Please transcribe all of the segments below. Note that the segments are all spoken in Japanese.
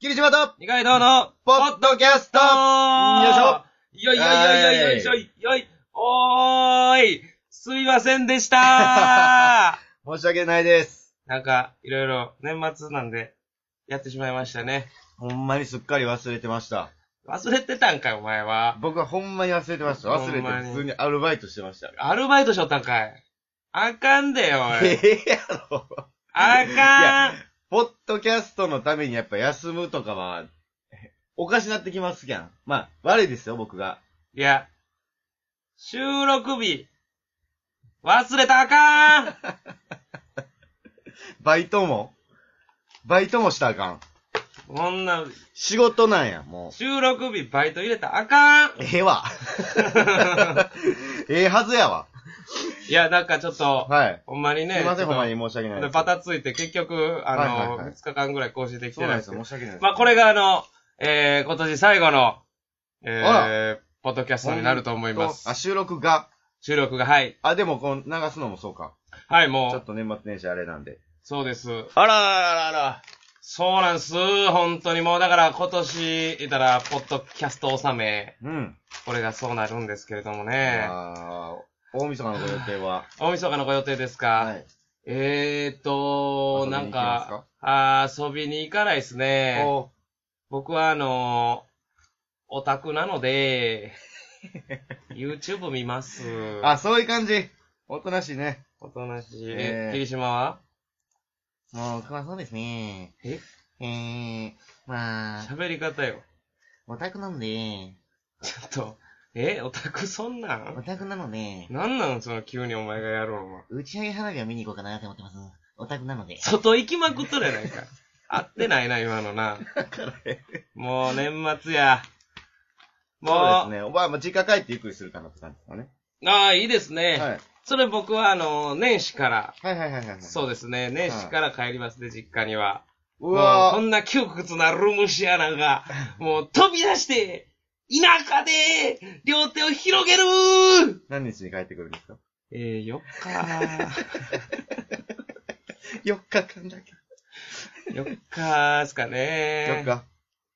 霧島と、二階堂の、ポッドキャストよいしょいよいよいよいよいよいよいおーいすみませんでした申し訳ないです。なんか、いろいろ、年末なんで、やってしまいましたね。ほんまにすっかり忘れてました。忘れてたんかい、お前は。僕はほんまに忘れてました。忘ほれんまにて普通にアルバイトしてました。アルバイトしとったんかい。あかんでよ、おい。ええやろ。あかん。ポッドキャストのためにやっぱ休むとかは、おかしなってきますやん。まあ、悪いですよ、僕が。いや、収録日、忘れたらあかんバイトも、バイトもしたらあかん。こんな、仕事なんや、もう。収録日バイト入れたらあかんえ えわ。ええはずやわ。いや、なんかちょっと、はい。ほんまにね、すいません、ちょほっんとまに申し訳ないで、です。バタついて、結局、あの、はいはいはい2日間ぐらい更新できそうてななんいですですけよ、ど。申し訳ないです。まあ、これがあの、えー、今年最後の、あえー、ポッドキャストになると思いますあ、。収録が。収録が、はい。あ、でも、この流すのもそうか。はい、ちょもっう、と年末年始あれなんで。そうです。あらあらあら。そうなんす。本当にもう、だから今年、いたら、ポッドキャスト納め、うん。これがそうなるんですけれどもね。あー大晦日のご予定は。大晦日のご予定ですか、はい。えーと、遊びなに行んきますか、あー遊びに行かないですね。お僕はあのー、オタクなの で、YouTube 見ます。あ、そういう感じ。おとなしいね。おとなしい。ええー霧島はもう、僕はそうですね。ええー、まあ、喋り方よ。オタクなんで、ちょっと、えオタクそんなんタクなので、なんなんその急にお前がやろうの。打ち上げ花火を見に行こうかなって思ってます。オタクなので。外行きまくっとるやないか。合ってないな、今のな。もう年末や。もう、そうですね。おばあ、まあ、実家帰ってゆっくりするかなって感じですかね。ああ、いいですはね。い。はいそれ僕はあの、年始から、はいはいはいはい。そうですね、年始から帰りますね、実家には。うもうわこぁ。んな窮屈なルムシアなん か、もう飛び出して、田舎で、両手を広げる何日に帰ってくるんですかえー、4日、 ?4 日間だけ。 4日ですかね。 4。日。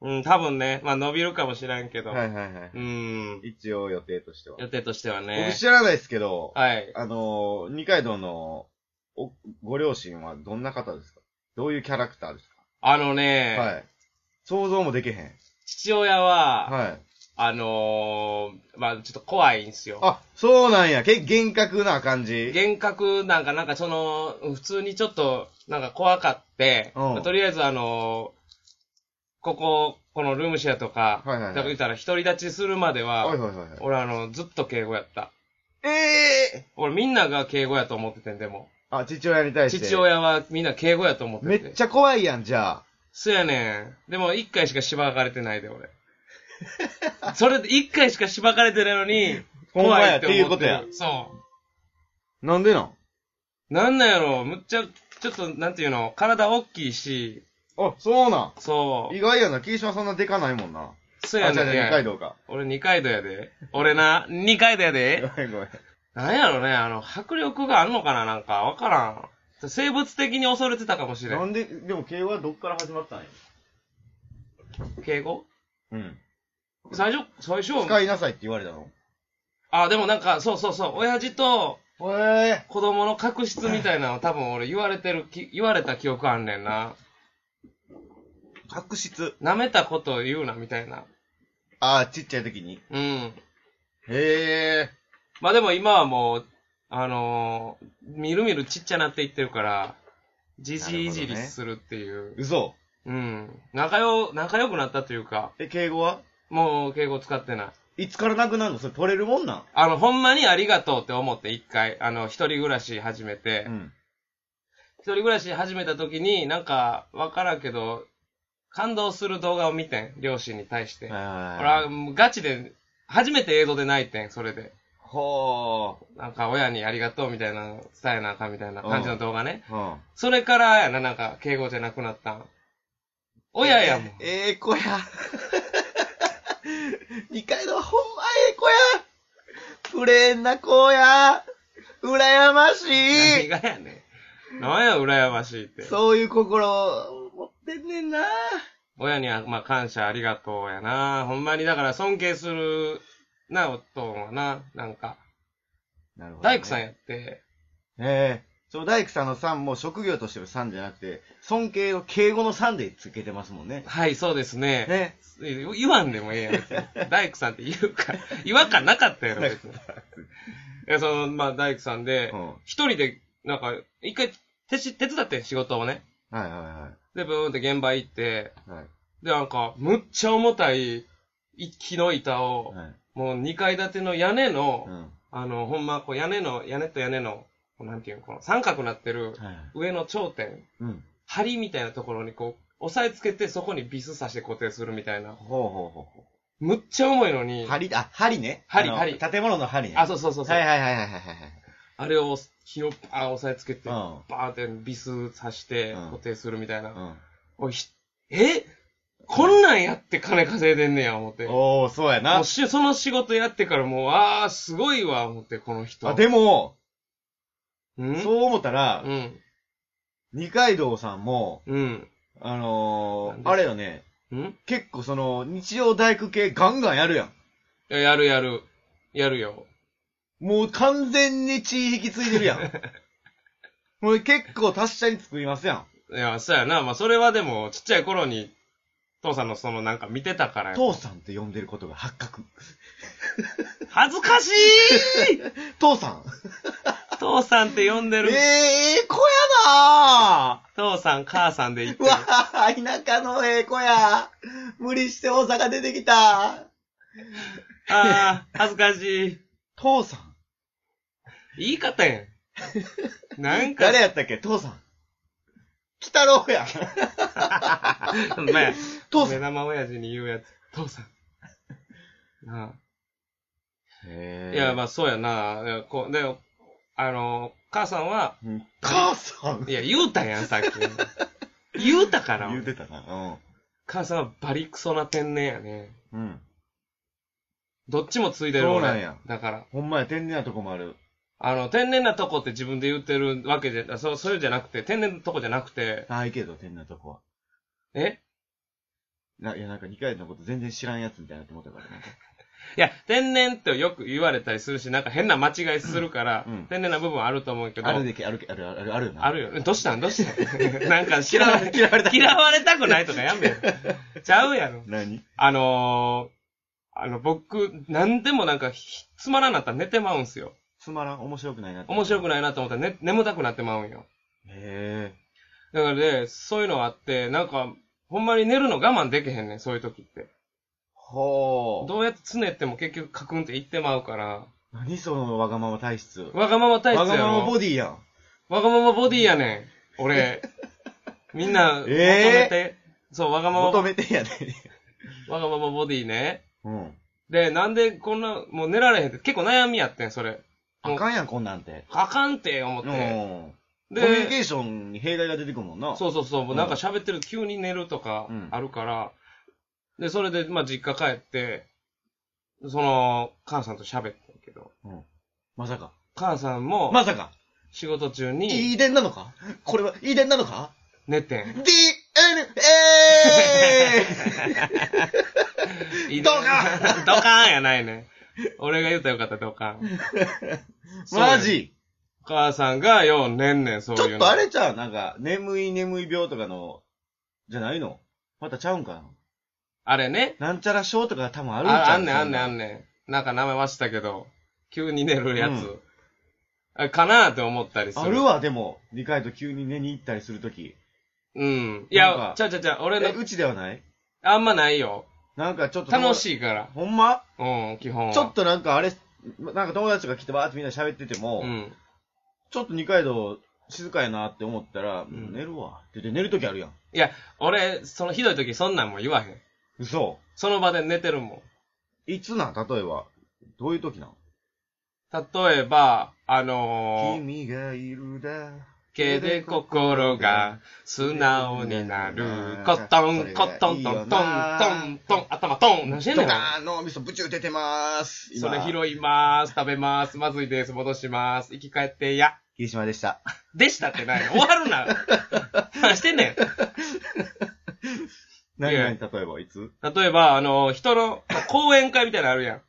うん、多分ね、まあ伸びるかもしらんけど、はいはいはい。うん、一応予定としては。予定としてはね僕。知らないですけど、はい。あのー、二階堂のおご両親はどんな方ですかどういうキャラクターですあのか、ね、はい。想像もできへん。父親は、はい。あのー、まあちょっと怖いんすよ。あ、そうなんや。け厳格な感じ。幻覚なんか、なんかその、普通にちょっと、なんか怖かって、うんとりあえずあのここ、このルームシェアとか、はいはいはだいから言ったら独り立ちするまでは、はいはいはいはい。俺あの、ずっと敬語やった。ええ俺みんなが敬語やと思っててん、でも。ー、あ、父親に対して。父。親はみんな敬語やと思ってめて。っちゃ怖いやん、じゃあ。そうやねん。でも一回しかしばかれてないで、俺。 それで一回しかしばかれてないのに、 ほんま怖いやって思ってる。っていうそう。なんでなんなんなんやろむっちゃ、ちょっと、なんていうの、体大きいし、あ、そうなそん。意外やな。霧島そんなでかないもんな。う。そうやあ、じねゃあじゃあ二階ん。堂か。俺二階堂やで。俺な、二階堂やごで。めんごめん。なんやろね、あの、迫力があんのかななんか、わからん。生物的に恐れてたかもしれ。なんんで、でも慶応はどっから始まったんや敬語うん。最初、最初、使いなさいって言われたのあ、でもなんか、そうそうそう、親父とへえ。子供の確執みたいなの多分俺言われてるき、言われた記憶あんねんな。確執。舐めたことを言うな、みたいな。あー、ちっちゃい時に。うん。へえ。まあでも今はもう、あのー、みるみるちっちゃなっていってるから、じじいじりするっていう。嘘。うん。仲良、仲良くなったというか、え、敬語はもう敬語使ってない。いつからなくなるのそれ取れるもんなんあの、ほんまにありがとうって思って一回、あの、一人暮らし始めて、ん。一人暮らし始めた時に、なんか、わからんけど、感動する動画を見てん、両親に対して。俺ははもうガチで、初めて映像で泣いてん、それで。ほなんか、親にありがとうみたいな、伝えなあかんみたいな感じの動画ね。ー。うん。それからやな、なんか、敬語じゃなくなったん。親やもん。ええ子や。二階堂はほんまええ子や。プレーンな子や。羨まし何い。がやねん。なんや、羨ましいって。そういう心を持ってんねんな。親には、まあ、感謝ありがとうやな。ほんまに、だから尊敬するな、おとんはな。なんか、なるほど、大工さんや。やって、ええその大工さんのさんも職業としてのさんじゃなくて、尊敬の敬語のさんでつけてますもんね。はい、そうですね。ね。言わんでもええやん別に。大工さんって言うか、違和感なかったやろ、 別に。いや、その、まあ、大工さんでう、ん。はい一人で、なんか、一回、手し、手伝ってん仕事をね。はいはで、ブーンって現場行って、い。はい。で、なんか、むっちゃ重たい、一木の板を、はい。もう2階建ての屋根の、うん。あの、ほんま、こう屋根の、屋根と屋根の、こうなんていうの、この三角なってる、はいはい。上の頂点、うん。梁みたいなところにこう、押さえつけて、そこにビス刺して固定するみたいな。ほうほうほうほむっちゃ重いのう。に、針、あ、針ね。針あの針建物の針ね。あ、そうそうそうそう、はいはいはいはいはいはい。あれを、火をバーン押さえつけて、うバん。ーンってビス刺して、うん固定するみたいな。うんおいひえこんなんやって金稼いでんねや、思って。もおー、そうやなう。しその仕事やってからもう、あー、すごいわ、思って、この人。あ、でも、うんそう思ったらう、ん。二階堂さんも、うん。あのなんでー、あれよね、うん結構その、日曜大工系ガンガンやるやん。いややるやる。やるよ。もう完全に血引き継いでる やん。もう結構達者に作りますやん。いや、そうやな。まあ、それはでも、ちっちゃい頃に、父さんのそのなんか見てたからや父さんって呼んでることが発覚。恥ず かしい父さん。父さんって呼んでえる。え子やな父さん、母さんで言ってーる。わー、田舎のええ子や。無理して大阪出てきた。ああ、恥ずかし父さん。い。言い方やん。 なんか、誰やったっけ父さん。北郎や。ほんまや父さ目ん。玉親父に言うやつ。父さ ん。なあいや、まあ、そうやな。いやこうで、あの、母さんは、うん母さんいや、言うたやん、さっき。 言うたから。言うてたな。母さんはバリクソな天然やね。うん。うん。どっちもついでるそう俺なんやだから。ほんまや、天然なとこもある。あの、天然なとこって自分で言ってるわけじゃ、そう、そういうじゃなくて、天然なとこじゃなくて、ああ、いいけど、天然なとこは。えな、いや、なんか二回のこと全然知らんやつみたいなって思ったからね。いや、天然ってよく言われたりするし、なんか変な間違いするから、うんうん天然な部分あると思うけど、あるでけ、あるけ、ある、ある、あるよな。あるよね。どうしたんどうした んなんか知嫌らわないれ、。嫌われた。 嫌われたくないとかやめよ。ちゃうやろ。何あのー、あの、僕、なんでもなんか、ひつまらんなったら寝てまうんすよ。つまらん、面白くないなって。面白くい。ないなと思ったら、ね、眠たくなってまうんよ。へだからね、そういうのあって、なんか、ほんまに寝るの我慢できへんねん、そういう時って。ー。ほー。どうやってつねっても結局カクンっていってまうから、何そのわがまま体質。わがまま体わ質がやままろ。ボディやん。わがままボディやねん、 俺。みんな、求めて。そう、わがまま、求めてやで。わがままボディね。うん。で、なんでこんな、もう寝られへんって、結構悩みやってん、それ。あかんやん、こんなんて。あかんって、思っうん。コミて。ュニで、ケーションに弊害が出てくるもんな。そうそうそう、もううんなんか喋ってる、急に寝るとかうん、あるから。で、それで、まあ、実家帰って、その、母さんと喋ってんけど、まさか。母さんも、まさか。仕事中に遺伝なのかこれは遺伝なの か寝てん。 DNA! ドカンドカンやないね。俺が言うたらよかった、ド カン。 そうやマジお母さんがよう寝んねん、そうちいうの。ょっとあれちゃうなんか、眠い眠い病とかの、じゃないのまたちゃうんかなあれね。なんちゃら症とか多分ああるんちゃうあんねん、あんねん、あねんねん。なんか名前忘れたけど、急に寝るやうつ。あかなーって思ったりする。あるわ、でも。二回と急に寝に行ったりするとき。うん。いなやんか、ちゃうちゃうちゃう、俺え、の、うちではないあんまないよ。なんかちょっと。楽い。しいから。ほんまうん、基本は。ちょっとなんかあれ、なんか友達とか来てバーってみんな喋ってても、うん。ちょっと二階堂静かやなって思ったら、ん寝るわって言って寝るときあるやん。いや、俺、そのひどい時そんなんも言わへん。嘘。その場で寝てるもん。いつなん例えば。どういうときなん例えば、あのー、君がいるだ。けで心が素直になる。コットン、コットン、トン、トン、トン、トン、頭トン。何してんドのカーン脳みそぶち打ててまーす。それい。拾います。食べます。まずいです。戻します。生き返って、や。霧島 でした。でしたってないの終わるな。何してんねん。何いや何例えばいつ例えば、あの、人の、まあ講演会みたいなのあるやん。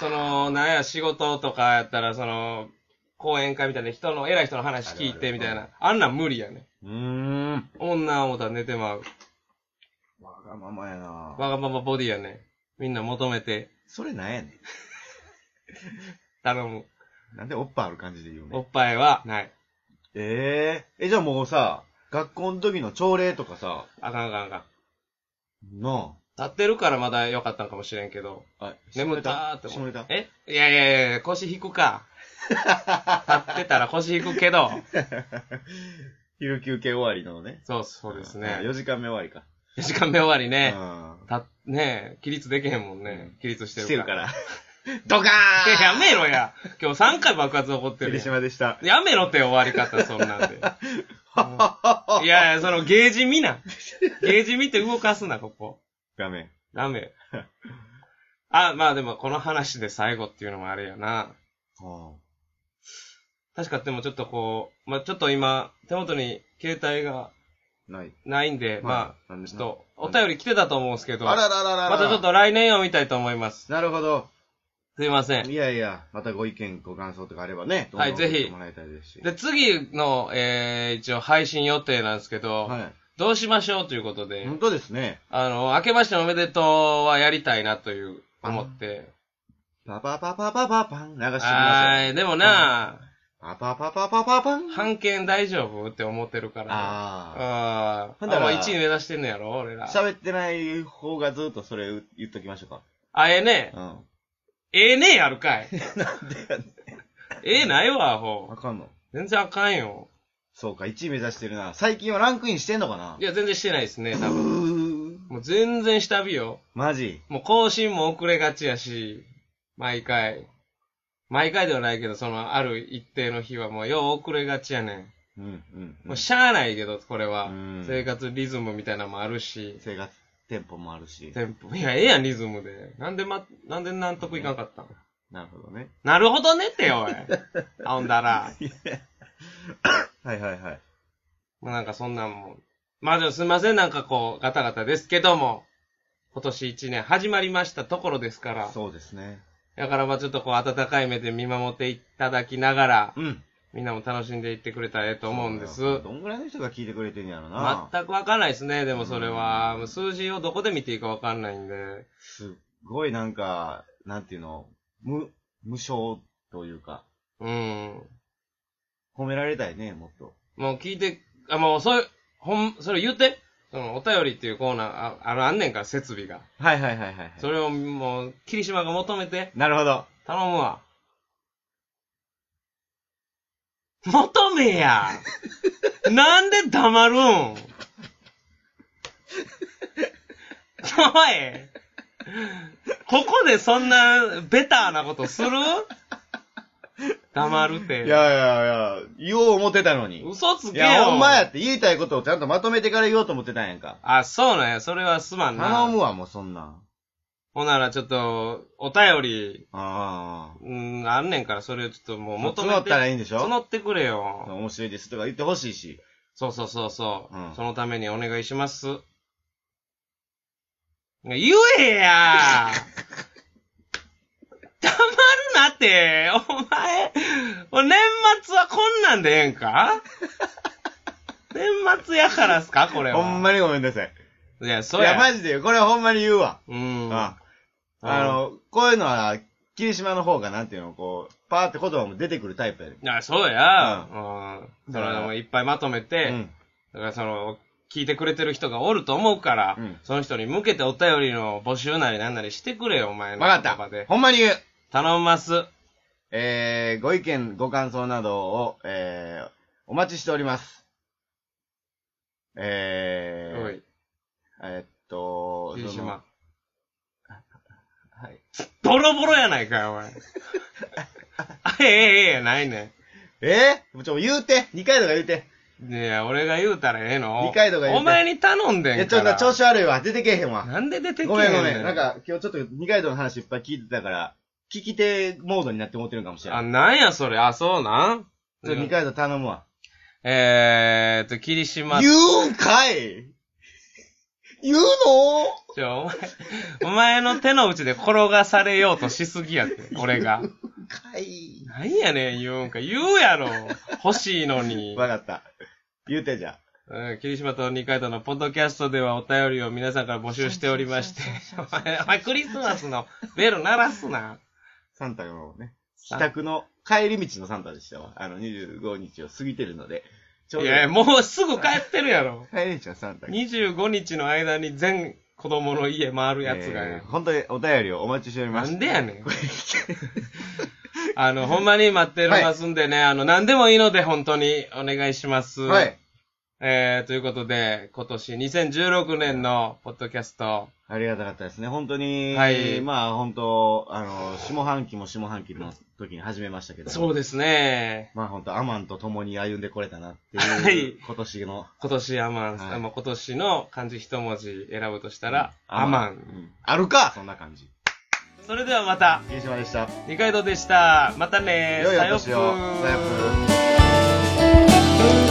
その、なんや、仕事とかやったら、その、講演会みたいな人の、偉い人の話聞いてみたいな。あんなん無理やね。うーん。女思ったら寝てまう。わがままやなわがままボディやね。みんな求めて、それなんやね頼む。ん。なんでおっぱいある感じで言うおのっぱいは、ない。えええ、じゃあもうさ、学校の時の朝礼とかさ、あかんあかんあかん。な立ってるからまだ良かったんかもしれんけど。あ。あ眠ったーって下思ネうタ。えいやいやいや、腰引く か。立ってたら腰引くけど。昼休憩終わりのね。そう、そうですあね。 4時間目終わりか。 4時間目終わりね。うた、ねえ、起立できへんもんねうん。起立しん。てしるてるか。から ら。 ドカーンえやめろや。今日3回爆発起こってる霧やん。島でした。やめろって終わり方、そん なんで。うんいやいや、そのゲージ見な。ゲージ見て動かすな、ここ。画面。ダ メ。あ、まあでもこの話で最後っていうのもあれやな。あ確かでもちょっとこう、まあちょっと今、手元に携帯があない。ないんで、まあ、なんあ、でちょっと、お便り来てたと思うんですけど、あまららららら。たちょっ。と来年読みたいと思います。なるほど。すいません。 いやいや、またご意見、ご感想とかあればね。どんどんはいぜひ送ってもらいたいですし。で、次の、えー、一応配信予定なんですけど、はどうしましょうということい。で、本当ですね。あの、明けましておめでとうはやりたいなという、思って。パパパパパパパン流してみましょう。はーい、でもな、パパパパパパパン。判権大丈夫って思ってるから。あああ。ほんまだあら1位目指してんのやろ俺あ。ら。喋ってない方がずっとそれ言っときましょうか。あ、ええね。うん。ええねやるかい。ええないわ、アホわ。かんの。全然あかんよ。そうか、1位目指してるな。最近はランクインしてんのかないや、全然してないですね、多う分。ーもう全然下火よ。マジ。もう更新も遅れがちやし、毎回。毎回ではないけど、その、ある一定の日はもうよう遅れがちやねん。うん、うん。うもんうしゃあないけど、これはうん。生活リズムみたいなのもあるし、生活テンポもあるし。テンポ。いや、ええやん、リズムで。なんでま、なんで納得いかんかったんなるほどね。なるほどねって よ、おい。あほんだら。はいはいはい。もうなんかそんなんもん。まあでもすいません、なんかこう、ガタガタですけども、今年一年始まりましたところですから。そうですね。だからまあちょっとこう、温かい目で見守っていただきながら、うん。みんなも楽しんでいってくれたらええと思うんです。そうだよどんぐらいの人が聞いてくれてんやろな。全くわかんないですね、でもそれは。うんもう数字をどこで見ていいかわかんないんで。すっごいなんか、なんていうの、無、無償というか、うん。褒められたいね、もっと。もう聞いて、あ、もう、そういう、ほん、それ言うて。その、お便りっていうコーナー、ああの、あんねんから、設備が。はいはいはいはい、はい。それを、もう、霧島が求めて、なるほど。頼むわ。求めや なんで黙るんおいここでそんな、ベターなことする黙るって。いやいやいや、言おう思ってたのに。嘘ついけよ。や、ほんまやって言いたいことをちゃんとまとめてから言おうと思ってたんやんか。あ、そうなんや。それはすまんな。頼むわ、もうそんなん。ほならちょっと、お便り、ああ。うん、あんねんから、それをちょっともう求めて。募ったらいいんでしょ募ってくれよ。面白いですとか言ってほしいし。そうそうそうそう、うんそのためにお願いします。言え や黙るなって、お前、お年末はこんなんでええん か年末やからっすかこれは。ほんまにごめんなさい。いや、いそうや。や、マジでよ。これはほんまに言うわ。うん。ああの、こういうのは、霧島の方が、なんていうの、こう、パーって言葉も出てくるタイプやで。いや、そうや。うん。それでもいっぱいまとめて、うん。だからその、聞いてくれてる人がおると思うから、うんその人に向けてお便りの募集なりなんなりしてくれよ、お前のわ言か葉ったで。。ほんまに言う。頼んます。えー、ご意見、ご感想などを、えー、お待ちしております。えー、おい、えーっと、霧その島。はい。ボロボロやないかよ、お前。あ、ええええええ、ないねえー、もうちょ、言うて二回とか言うて。ん。いや、俺が言うたらええの。二階堂が言うてお前に頼んいでんかや、ら。ちょっと調子悪いわ。出てけえへんわ。なんで出てけごめんごめねん。なん、か、今日ちょっと二階堂の話いっぱい聞いてたから、聞き手モードになって思ってるかもしれなあ、い。なんやそれ。あ、そうなんちょ、二階堂頼むわ。えーっと、霧島言うんかい言うのちょ、お前、お前の手の内で転がされようとしすぎやって、俺が。かい。なんやねん、言うんか。言うやろ。欲しいのに。わかった。言うてじゃうん、霧島と二階堂のポッドキャストではお便りを皆さんから募集しておりまして。お前、お前クリスマスのベル鳴らすな。サンタのね、帰宅の帰り道のサンタでしたわ。あの、25日を過ぎてるので。ちいや、帰もうすぐ帰ってるやろ。り道のサンタが25日の間に全子供の家回るやつがえやー。本当にお便りをお待ちしておりなます。んでやねん。あの、ほんまに待ってますんでね、あの、何でもいいので本当にお願いします。 はい。えー、ということで、今年2016年のポッドキャスト、ありがたかったですね。本当に、はいまあ本当、あの、下半期も下半期の時に始めましたけどもそうですね。まあ本当、アマンと共に歩んでこれたなってはいうい、今年の。今年アマン、はいまあ今年の漢字一文字選ぶとしたら、うんアマン。うんあるかそんな感じ。それではまた、霧島でした。二階堂でした。またね。良いおさよ年っを。ぷーさよっぷー